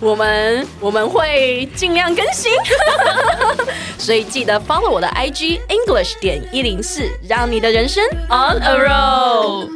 我们我们会尽量更新， 所以记得 follow 我的 IG English 点一零四，让你的人生 on a roll。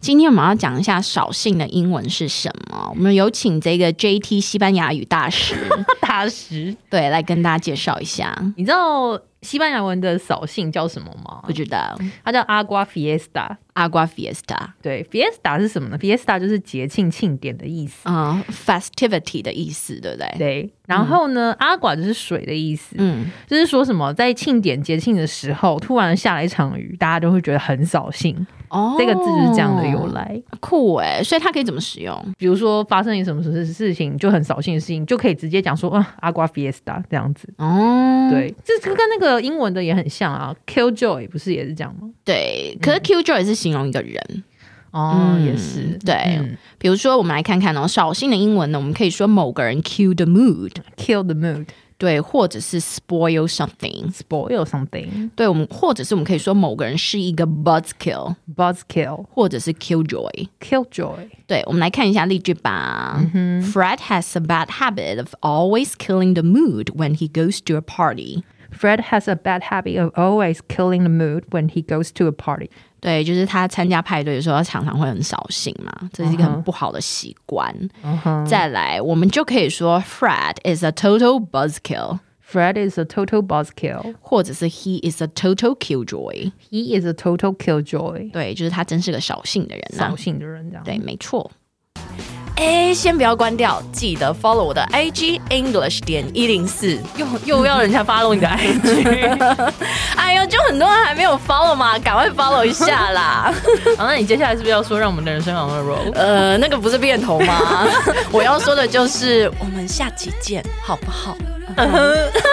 今天我们要讲一下扫兴的英文是什么。我们有请这个 JT 西班牙语大 师，大师，对，来跟大家介绍一下。你知道西班牙文的扫兴叫什么吗不？知道它叫阿瓜 Fiesta。 Agua Fiesta 对，Fiesta 是什么呢？Fiesta 就是节庆庆典的意思。啊、f e s t i v i t y 的意思，对不对？对，然后呢，阿瓜就是水的意思，哎嗯，就是说什么在庆典节庆的时候，突然下了一场雨，大家都会觉得很扫兴。哦这个字就是这样的由，来。酷哎！所以它可以怎么使用？比如说发生什么事事情，就很扫兴的事情，就可以直接讲说，啊，阿瓜 Fiesta 这样子。哦，对，这这个跟那个英文的也很像啊，Killjoy 不是也是这样吗？对，可是 Killjoy 是形容一个人，哦，嗯也是，对比如说，我们来看看哦，扫兴的英文呢，我们可以说某个人 kill the mood， ，kill the mood, 对，或者是 spoil something， spoil something, 对我们，或者是我们可以说某个人是一个 buzzkill， buzzkill, 或者是 killjoy。 killjoy. 对，我们来看一下例句吧。Fred has a bad habit of always killing the mood when he goes to a party。 Fred has a bad habit of always killing the mood when he goes to a party. 对，就是他参加派对的时候，他常常会很扫兴嘛，这是一个很不好的习惯。再来，我们就可以说 Fred is a total buzzkill。 Fred is a total buzzkill. 或者是 he is a total killjoy， He is a total killjoy. 对，就是他真是个扫兴的人呐、扫兴的人这样。对，没错。哎，先不要关掉，记得 follow 我的 IG English 点一零四。又又要人家 follow 你 的 IG，哎呦，就很多人还没有 follow 嘛，赶快 follow 一下 啦。好，那你接下来是不是要说让我们的人生 on a roll？呃，那个不是变头吗？我要说的就是，我们下期见，好不好？ And